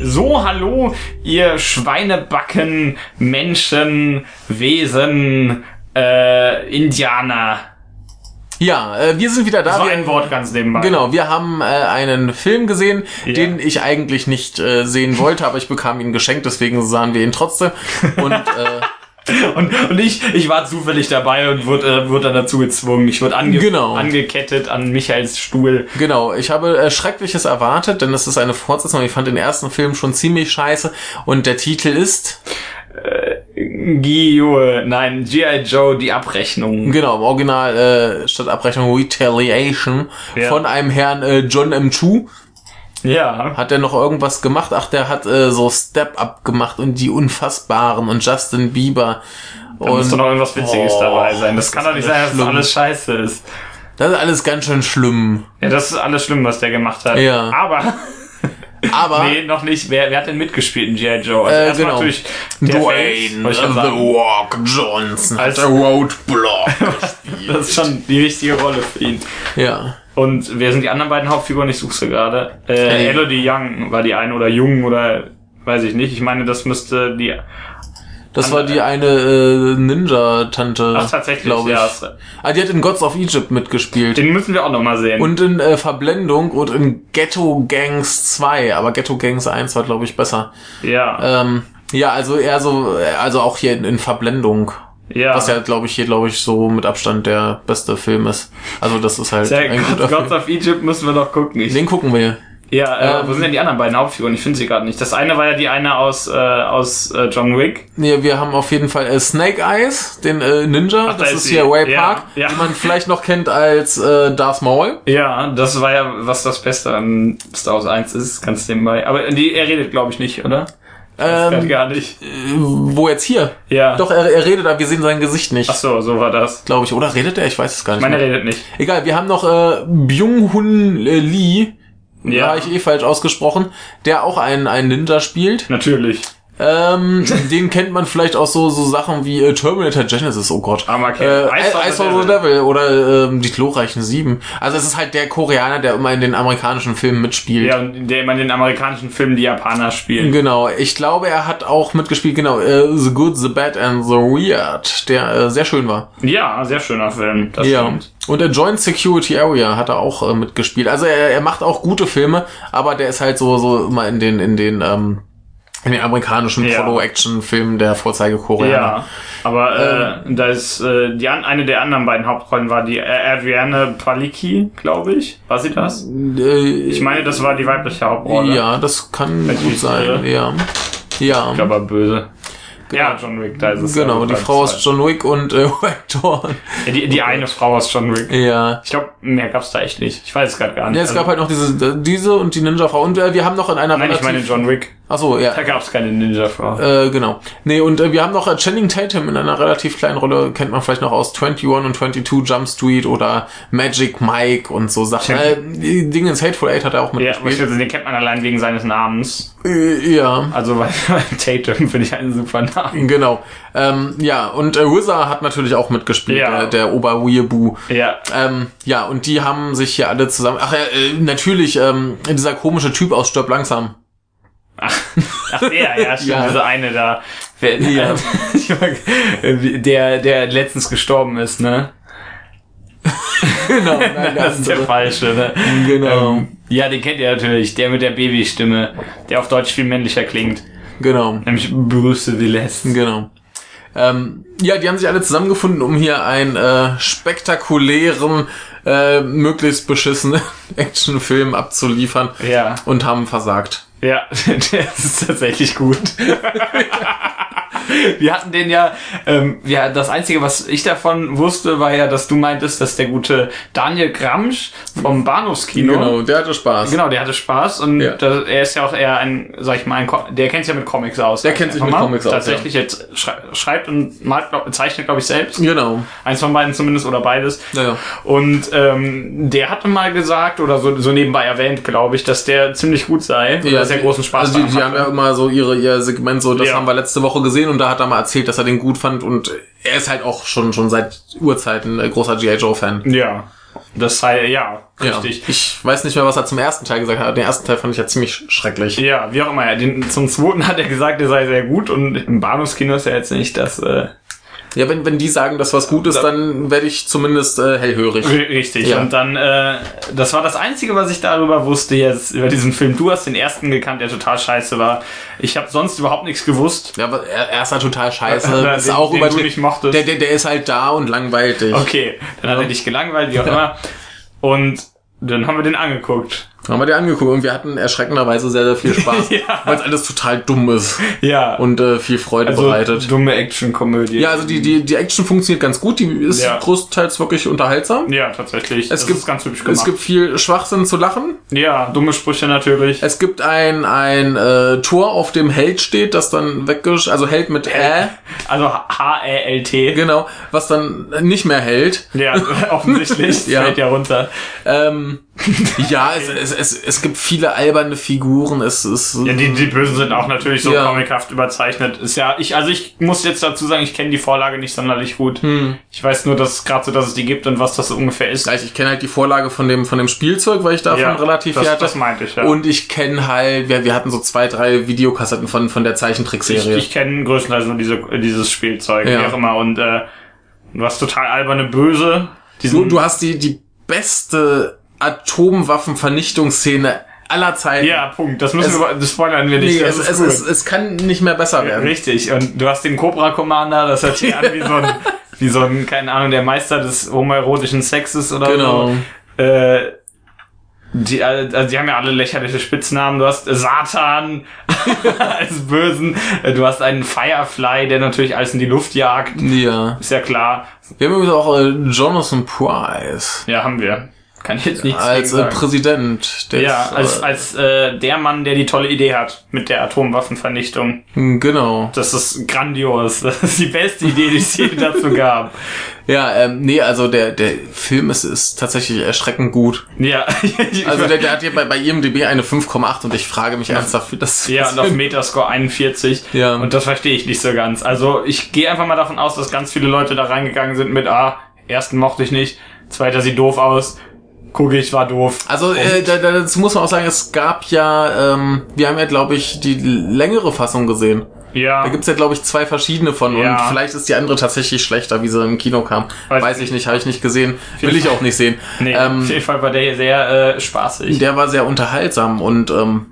Hallo, hallo, ihr Schweinebacken, Menschen, Wesen, äh, Indianer. Ja, äh, wir sind wieder da. Das war Wir- ein Wort ganz nebenbei. Genau, wir haben äh, einen Film gesehen, Ja. den ich eigentlich nicht äh, sehen wollte, aber ich bekam ihn geschenkt, deswegen sahen wir ihn trotzdem. Und äh, Und, und ich, ich war zufällig dabei und wurde, äh, wurde dann dazu gezwungen. Ich wurde ange Genau. angekettet an Michaels Stuhl. genau, ich habe äh, Schreckliches erwartet, denn es ist eine Fortsetzung. Ich fand den ersten Film schon ziemlich scheiße und der Titel ist, G.I.O. Nein, G.I. Joe, die Abrechnung. genau, im Original äh, statt Abrechnung Retaliation Ja. von einem Herrn äh, John M. Chu. Ja. Hat er noch irgendwas gemacht? Ach, der hat äh, so Step-Up gemacht und die Unfassbaren und Justin Bieber. Da muss doch noch irgendwas Witziges Oh, dabei sein. Das kann doch nicht alles sein, dass das schlimm. alles scheiße ist. Das ist alles ganz schön schlimm. Ja, das ist alles schlimm, was der gemacht hat. Ja. Aber, Aber nee, noch nicht. Wer, wer hat denn mitgespielt in G.I. Joe? Also Äh, erstmal genau. natürlich der Face, Dwayne wollte ich ja The sagen. Walk Als- Johnson als der Roadblock Das ist gespielt. schon die richtige Rolle für ihn. ja. Und wer sind die anderen beiden Hauptfiguren? Ich suche sie gerade. Äh, Hey. Elodie Young war die eine oder Jung oder weiß ich nicht. Ich meine, das müsste die. Das war die eine äh, Ninja-Tante. Ach, tatsächlich, glaub ja, hast recht. Ah, die hat in Gods of Egypt mitgespielt. Den müssen wir auch nochmal sehen. und in äh, Verblendung und in Ghetto Gangs 2. Aber Ghetto Gangs 1 war, glaube ich, besser. ja, Ähm, ja, also eher so, äh, also auch hier in, in Verblendung. ja. äh, Was ja, glaube ich, hier, glaube ich, so mit Abstand der beste Film ist. Also das ist halt Sehr ein gut. guter Gods Film. of Egypt müssen wir noch gucken. Ich, Den gucken wir. ja, äh, Ähm, wo sind denn die anderen beiden Hauptfiguren? Ich finde sie gerade nicht. Das eine war ja die eine aus, äh, aus äh, John Wick. Nee, wir haben auf jeden Fall äh, Snake Eyes, den äh, Ninja, da das ist ist sie. hier Way Ja, Park, ja. den man vielleicht noch kennt als äh, Darth Maul. Ja, das war ja, was das Beste an Star Wars 1 ist, ganz nebenbei. Aber die, er redet, glaube ich, nicht, oder? Grad Ähm, gar nicht. wo jetzt hier? Ja. Doch, er, er redet, aber wir sehen sein Gesicht nicht, Ach so, so war das. glaube ich. Oder redet er? Ich weiß es gar nicht. Meine mehr. redet nicht. Egal, wir haben noch äh, Byung-Hun äh, Lee, Ja. ja. war ich eh falsch ausgesprochen, der auch einen, einen Ninja spielt. Natürlich. Ähm, den kennt man vielleicht aus so, so Sachen wie äh, Terminator Genesis, oh Gott. Ah, man kennt Äh, Ice Ice, Father Ice Father Devil. Devil oder ähm, die glorreichen Sieben. Also es ist halt der Koreaner, der immer in den amerikanischen Filmen mitspielt. Ja, und in der man den amerikanischen Film die Japaner spielen. Genau, ich glaube, er hat auch mitgespielt, genau, äh, The Good, The Bad and The Weird, der äh, sehr schön war. Ja, sehr schöner Film. Das stimmt. Und der Joint Security Area hat er auch äh, mitgespielt. Also er, er macht auch gute Filme, aber der ist halt so, so immer in den, in den, ähm, in den amerikanischen Ja. Follow-Action-Filmen der Ja, Vorzeige-Koreaner. aber Ähm. äh, da ist äh, die an, eine der anderen beiden Hauptrollen war die äh, Adrienne Palicki, glaube ich. War sie das? Äh, Ich meine, das war die weibliche Hauptrolle. Ja, das kann Wenn ich äh. gut mich sein, irre. ja. Ja, Aber böse. Ja, John Wick, da ist es. genau, Also die beim Frau aus zweiten. John Wick und äh, Hector. Ja, die, Oh die eine Frau aus John Wick. ja. Ich glaube, mehr gab's da echt nicht. Ich weiß es gerade gar nicht. Ja, es gab halt noch diese, diese und die Ninja-Frau. Und äh, wir haben noch in einer Also Nein, ich meine John Wick. Achso, ja. Da gab's keine Ninja-Frau. Äh, genau. Nee, und äh, wir haben noch äh, Channing Tatum in einer relativ kleinen Rolle, kennt man vielleicht noch aus 21 und 22 Jump Street oder Magic Mike und so Sachen. Äh, die Dingens Hateful Eight hat er auch ja, mitgespielt. beziehungsweise den kennt man allein wegen seines Namens. Äh, ja. Also, weil Tatum finde ich einen super Namen. Genau. Ähm, ja, und äh, Wizard hat natürlich auch mitgespielt, Ja. der, der Oberweeaboo. Ja, Ähm, ja, und die haben sich hier alle zusammen. Ach ja, äh, natürlich, ähm, dieser komische Typ aus Stirb langsam. Ach, der, ja, stimmt, Ja. diese eine da. Wer, Ja. ich mag, äh, der, der letztens gestorben ist, ne? Genau, nein, Das ist der falsche, ne? Genau. Ähm, ja, den kennt ihr natürlich, der mit der Babystimme, der auf Deutsch viel männlicher klingt. Genau, Nämlich Bruce Willis. genau. Ähm, ja, die haben sich alle zusammengefunden, um hier einen äh, spektakulären, äh, möglichst beschissenen Actionfilm abzuliefern Ja, und haben versagt. ja, der ist tatsächlich gut. Wir hatten den ja, ähm, ja, das Einzige, was ich davon wusste, war ja, dass du meintest, dass der gute Daniel Gramsch vom Bahnhofskino der hatte Spaß. Genau, der hatte Spaß und Ja. das, er ist ja auch eher ein, sag ich mal, ein, Co- der kennt sich ja mit Comics aus. Der kennt sich mit Einfach mal. Comics aus, Tatsächlich jetzt schrei schreibt und malt, glaub, zeichnet, glaube ich, selbst. Genau. Eins von beiden zumindest oder beides. Naja. Und ähm, der hatte mal gesagt oder so, so nebenbei erwähnt, glaube ich, dass der ziemlich gut sei. Ja, dass er großen Spaß also die, daran die haben hatte. ja immer so ihre ihr Segment so das ne? Ja. haben wir letzte Woche gesehen und da hat er mal erzählt dass er den gut fand und er ist halt auch schon schon seit Urzeiten äh, großer GI Joe Fan Ja. Das heißt, ja, richtig. Ja. Ich weiß nicht mehr, was er zum ersten Teil gesagt hat. Den ersten Teil fand ich ja ziemlich schrecklich. Ja, wie auch immer. Den, zum zweiten hat er gesagt, der sei sehr gut und im Bahnhofskino ist ja jetzt nicht das. Äh ja, wenn, wenn die sagen, dass was gut ist, dann werde ich zumindest äh, hellhörig. Richtig. Ja. Und dann, äh, das war das Einzige, was ich darüber wusste jetzt, über diesen Film. Du hast den ersten gekannt, der total scheiße war. Ich habe sonst überhaupt nichts gewusst. Ja, aber er, er ist halt total scheiße. Ja, ist den- auch den übertrieben. du nicht mochtest. Der, der, der ist halt da und langweilt dich. Okay, dann hat er dich gelangweilt, wie auch immer. Und dann haben wir den angeguckt. Haben wir dir angeguckt und wir hatten erschreckenderweise sehr, sehr viel Spaß. Ja. Weil es alles total dumm ist Ja. und äh, viel Freude also, bereitet. dumme Actionkomödie. Ja, also die, die, die Action funktioniert ganz gut, die ist Ja. großteils wirklich unterhaltsam. ja, tatsächlich. Es das gibt- ist ganz hübsch gemacht. Es gibt viel Schwachsinn zu lachen. ja, dumme Sprüche natürlich. Es gibt ein, ein äh, Tor, auf dem Held steht, das dann weggesch... Also Held mit Äh, Also H-E-L-T. genau, was dann nicht mehr hält. Ja, offensichtlich. Ja. Fällt ja runter. Ähm, ja, es, es, es, es gibt viele alberne Figuren, es ist... Ja, die, die Bösen sind auch natürlich so Ja. comichaft überzeichnet. Ist ja, ich, also ich muss jetzt dazu sagen, ich kenne die Vorlage nicht sonderlich gut. Ich weiß nur, dass gerade so, dass es die gibt und was das so ungefähr ist. Gleich, ich kenne halt die Vorlage von dem, von dem Spielzeug, weil ich davon Ja, relativ das- viel hatte. das meinte ich, ja. Und ich kenne halt, wir, wir hatten so zwei, drei Videokassetten von, von der Ich, Zeichentrickserie. ich kenne größtenteils nur diese, dieses Spielzeug, Ja. wie auch immer. Und äh, du hast total alberne Böse. Du, Diesen, du hast die, die beste Atomwaffenvernichtungsszene aller Zeiten. ja, Punkt. Das müssen Es- wir, das spoilern wir nicht. Nee, das es, es, gut. es, es kann nicht mehr besser werden. Richtig. Und du hast den Cobra Commander, das hört sich an wie so ein, wie so ein, keine Ahnung, der Meister des homoerotischen Sexes oder Genau. so. Äh, die, alle- also die haben ja alle lächerliche Spitznamen. Du hast äh, Satan als Bösen. Äh, Du hast einen Firefly, der natürlich alles in die Luft jagt. Ja. Ist ja klar. Wir haben übrigens auch äh, Jonathan Price Ja, haben wir. Kann ich jetzt nichts als gegen äh, sagen. Präsident. Der Ja, als, ist, äh, als äh, der Mann, der die tolle Idee hat mit der Atomwaffenvernichtung. genau. Das ist grandios. Das ist die beste Idee, die es je dazu gab. Ja, ähm, nee, also der der Film ist, ist tatsächlich erschreckend gut. Ja, Also der, der hat hier bei, bei IMDb eine 5,8 und ich frage mich ernsthaft, wie das ja und auf Metascore 41. Ja. Und das verstehe ich nicht so ganz. Also ich gehe einfach mal davon aus, dass ganz viele Leute da reingegangen sind mit, ah, ersten mochte ich nicht, zweiter sieht doof aus, gucke ich, war doof. Also äh, da, da- dazu muss man auch sagen, es gab ja, ähm, wir haben ja glaube ich die längere Fassung gesehen. Ja, Da gibt's ja glaube ich zwei verschiedene von Ja. und vielleicht ist die andere tatsächlich schlechter, wie sie im Kino kam. Weiß Weiß, ich nicht, habe ich nicht gesehen, will ich auch nicht sehen. nee, auf ähm, jeden Fall war der hier sehr äh, spaßig. der war sehr unterhaltsam und ähm,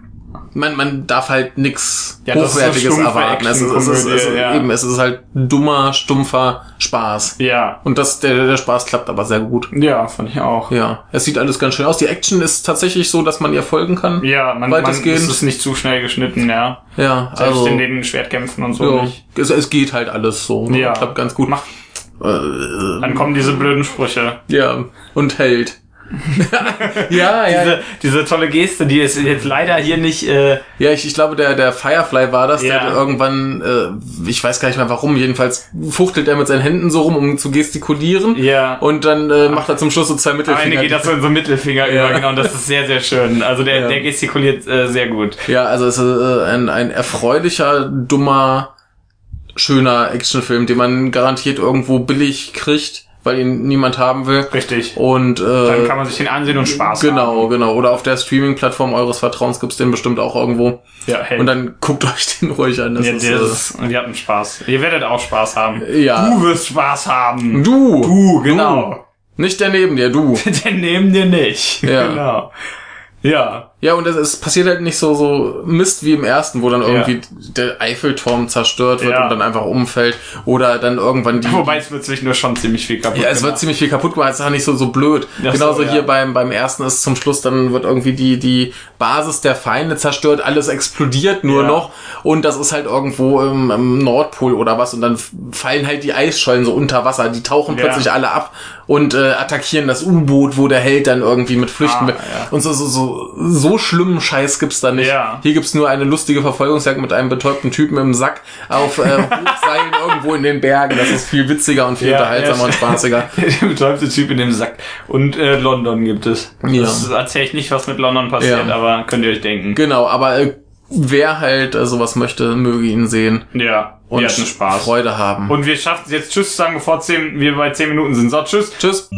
man, man darf halt nix Ja, das ist eine Hochwertiges stumpfe erwarten. Es ist, es, ist, es, ist, Actionkomödie, ja. eben, es ist halt dummer, stumpfer Spaß. ja, Und das, der, der Spaß klappt aber sehr gut. ja, fand ich auch. Ja, es sieht alles ganz schön aus. Die Action ist tatsächlich so, dass man ihr folgen kann. Ja, man, man ist Weitestgehend. es nicht zu schnell geschnitten, ja. Ja, Selbst also in den Schwertkämpfen und so ja, nicht. es, es geht halt alles so. ne? Ja. Klappt ganz gut. Macht- Äh, Dann kommen diese blöden Sprüche. ja, und hält. ja, ja. Diese, diese tolle Geste, die ist jetzt leider hier nicht... Äh, Ja, ich, ich glaube, der, der Firefly war das, Ja. der irgendwann, äh, ich weiß gar nicht mehr warum, jedenfalls fuchtelt er mit seinen Händen so rum, um zu gestikulieren. Ja. Und dann äh, macht er zum Schluss so zwei Mittelfinger. Eine geht das so in so einen Mittelfinger Ja. über, genau, und das ist sehr, sehr schön. Also der, Ja. der gestikuliert äh, sehr gut. ja, also es ist äh, ein, ein erfreulicher, dummer, schöner Actionfilm, den man garantiert irgendwo billig kriegt, weil ihn niemand haben will. Richtig. Und äh, Dann kann man sich den ansehen und Spaß haben. genau, genau. Oder auf der Streaming-Plattform eures Vertrauens gibt's den bestimmt auch irgendwo. Ja, hey. Und dann guckt euch den ruhig an. Das ja, ist, äh, der ist, und ihr habt einen Spaß. Ihr werdet auch Spaß haben. Ja. Du wirst Spaß äh, haben. du, Du, genau. Nicht der neben dir, du. Den nehmen dir nicht. Ja. Genau. Ja. Ja, und es, es passiert halt nicht so, so Mist wie im ersten, wo dann irgendwie Ja. der Eiffelturm zerstört wird Ja. und dann einfach umfällt. Oder dann irgendwann die. Wobei es wird sich nur schon ziemlich viel kaputt ja, es wird gemacht. ziemlich viel kaputt gemacht, es ist auch nicht so, so blöd. Ach so, Genauso ja. hier beim, beim ersten ist zum Schluss, dann wird irgendwie die, die Basis der Feinde zerstört, alles explodiert nur Ja. noch und das ist halt irgendwo im, im Nordpol oder was und dann f- fallen halt die Eisschollen so unter Wasser, die tauchen Ja. plötzlich alle ab und äh, attackieren das U-Boot, wo der Held dann irgendwie mit flüchten Ah, will. ja. Und so, so, so, so schlimmen Scheiß gibt's da nicht. Ja. Hier gibt's nur eine lustige Verfolgungsjagd mit einem betäubten Typen im Sack auf äh, Hochseilen irgendwo in den Bergen. Das ist viel witziger und viel Ja, unterhaltsamer ja. und spaßiger. Der betäubte Typ in dem Sack. Und äh, London gibt es. Ja. Das erzähle ich nicht, was mit London passiert, Ja. aber könnt ihr euch denken. Genau, aber äh, wer halt äh, sowas möchte, möge ihn sehen Ja, und wir hatten Spaß. Freude haben. Und wir schaffen es jetzt Tschüss zu sagen, bevor zehn, wir bei 10 Minuten sind. So, Tschüss. Tschüss.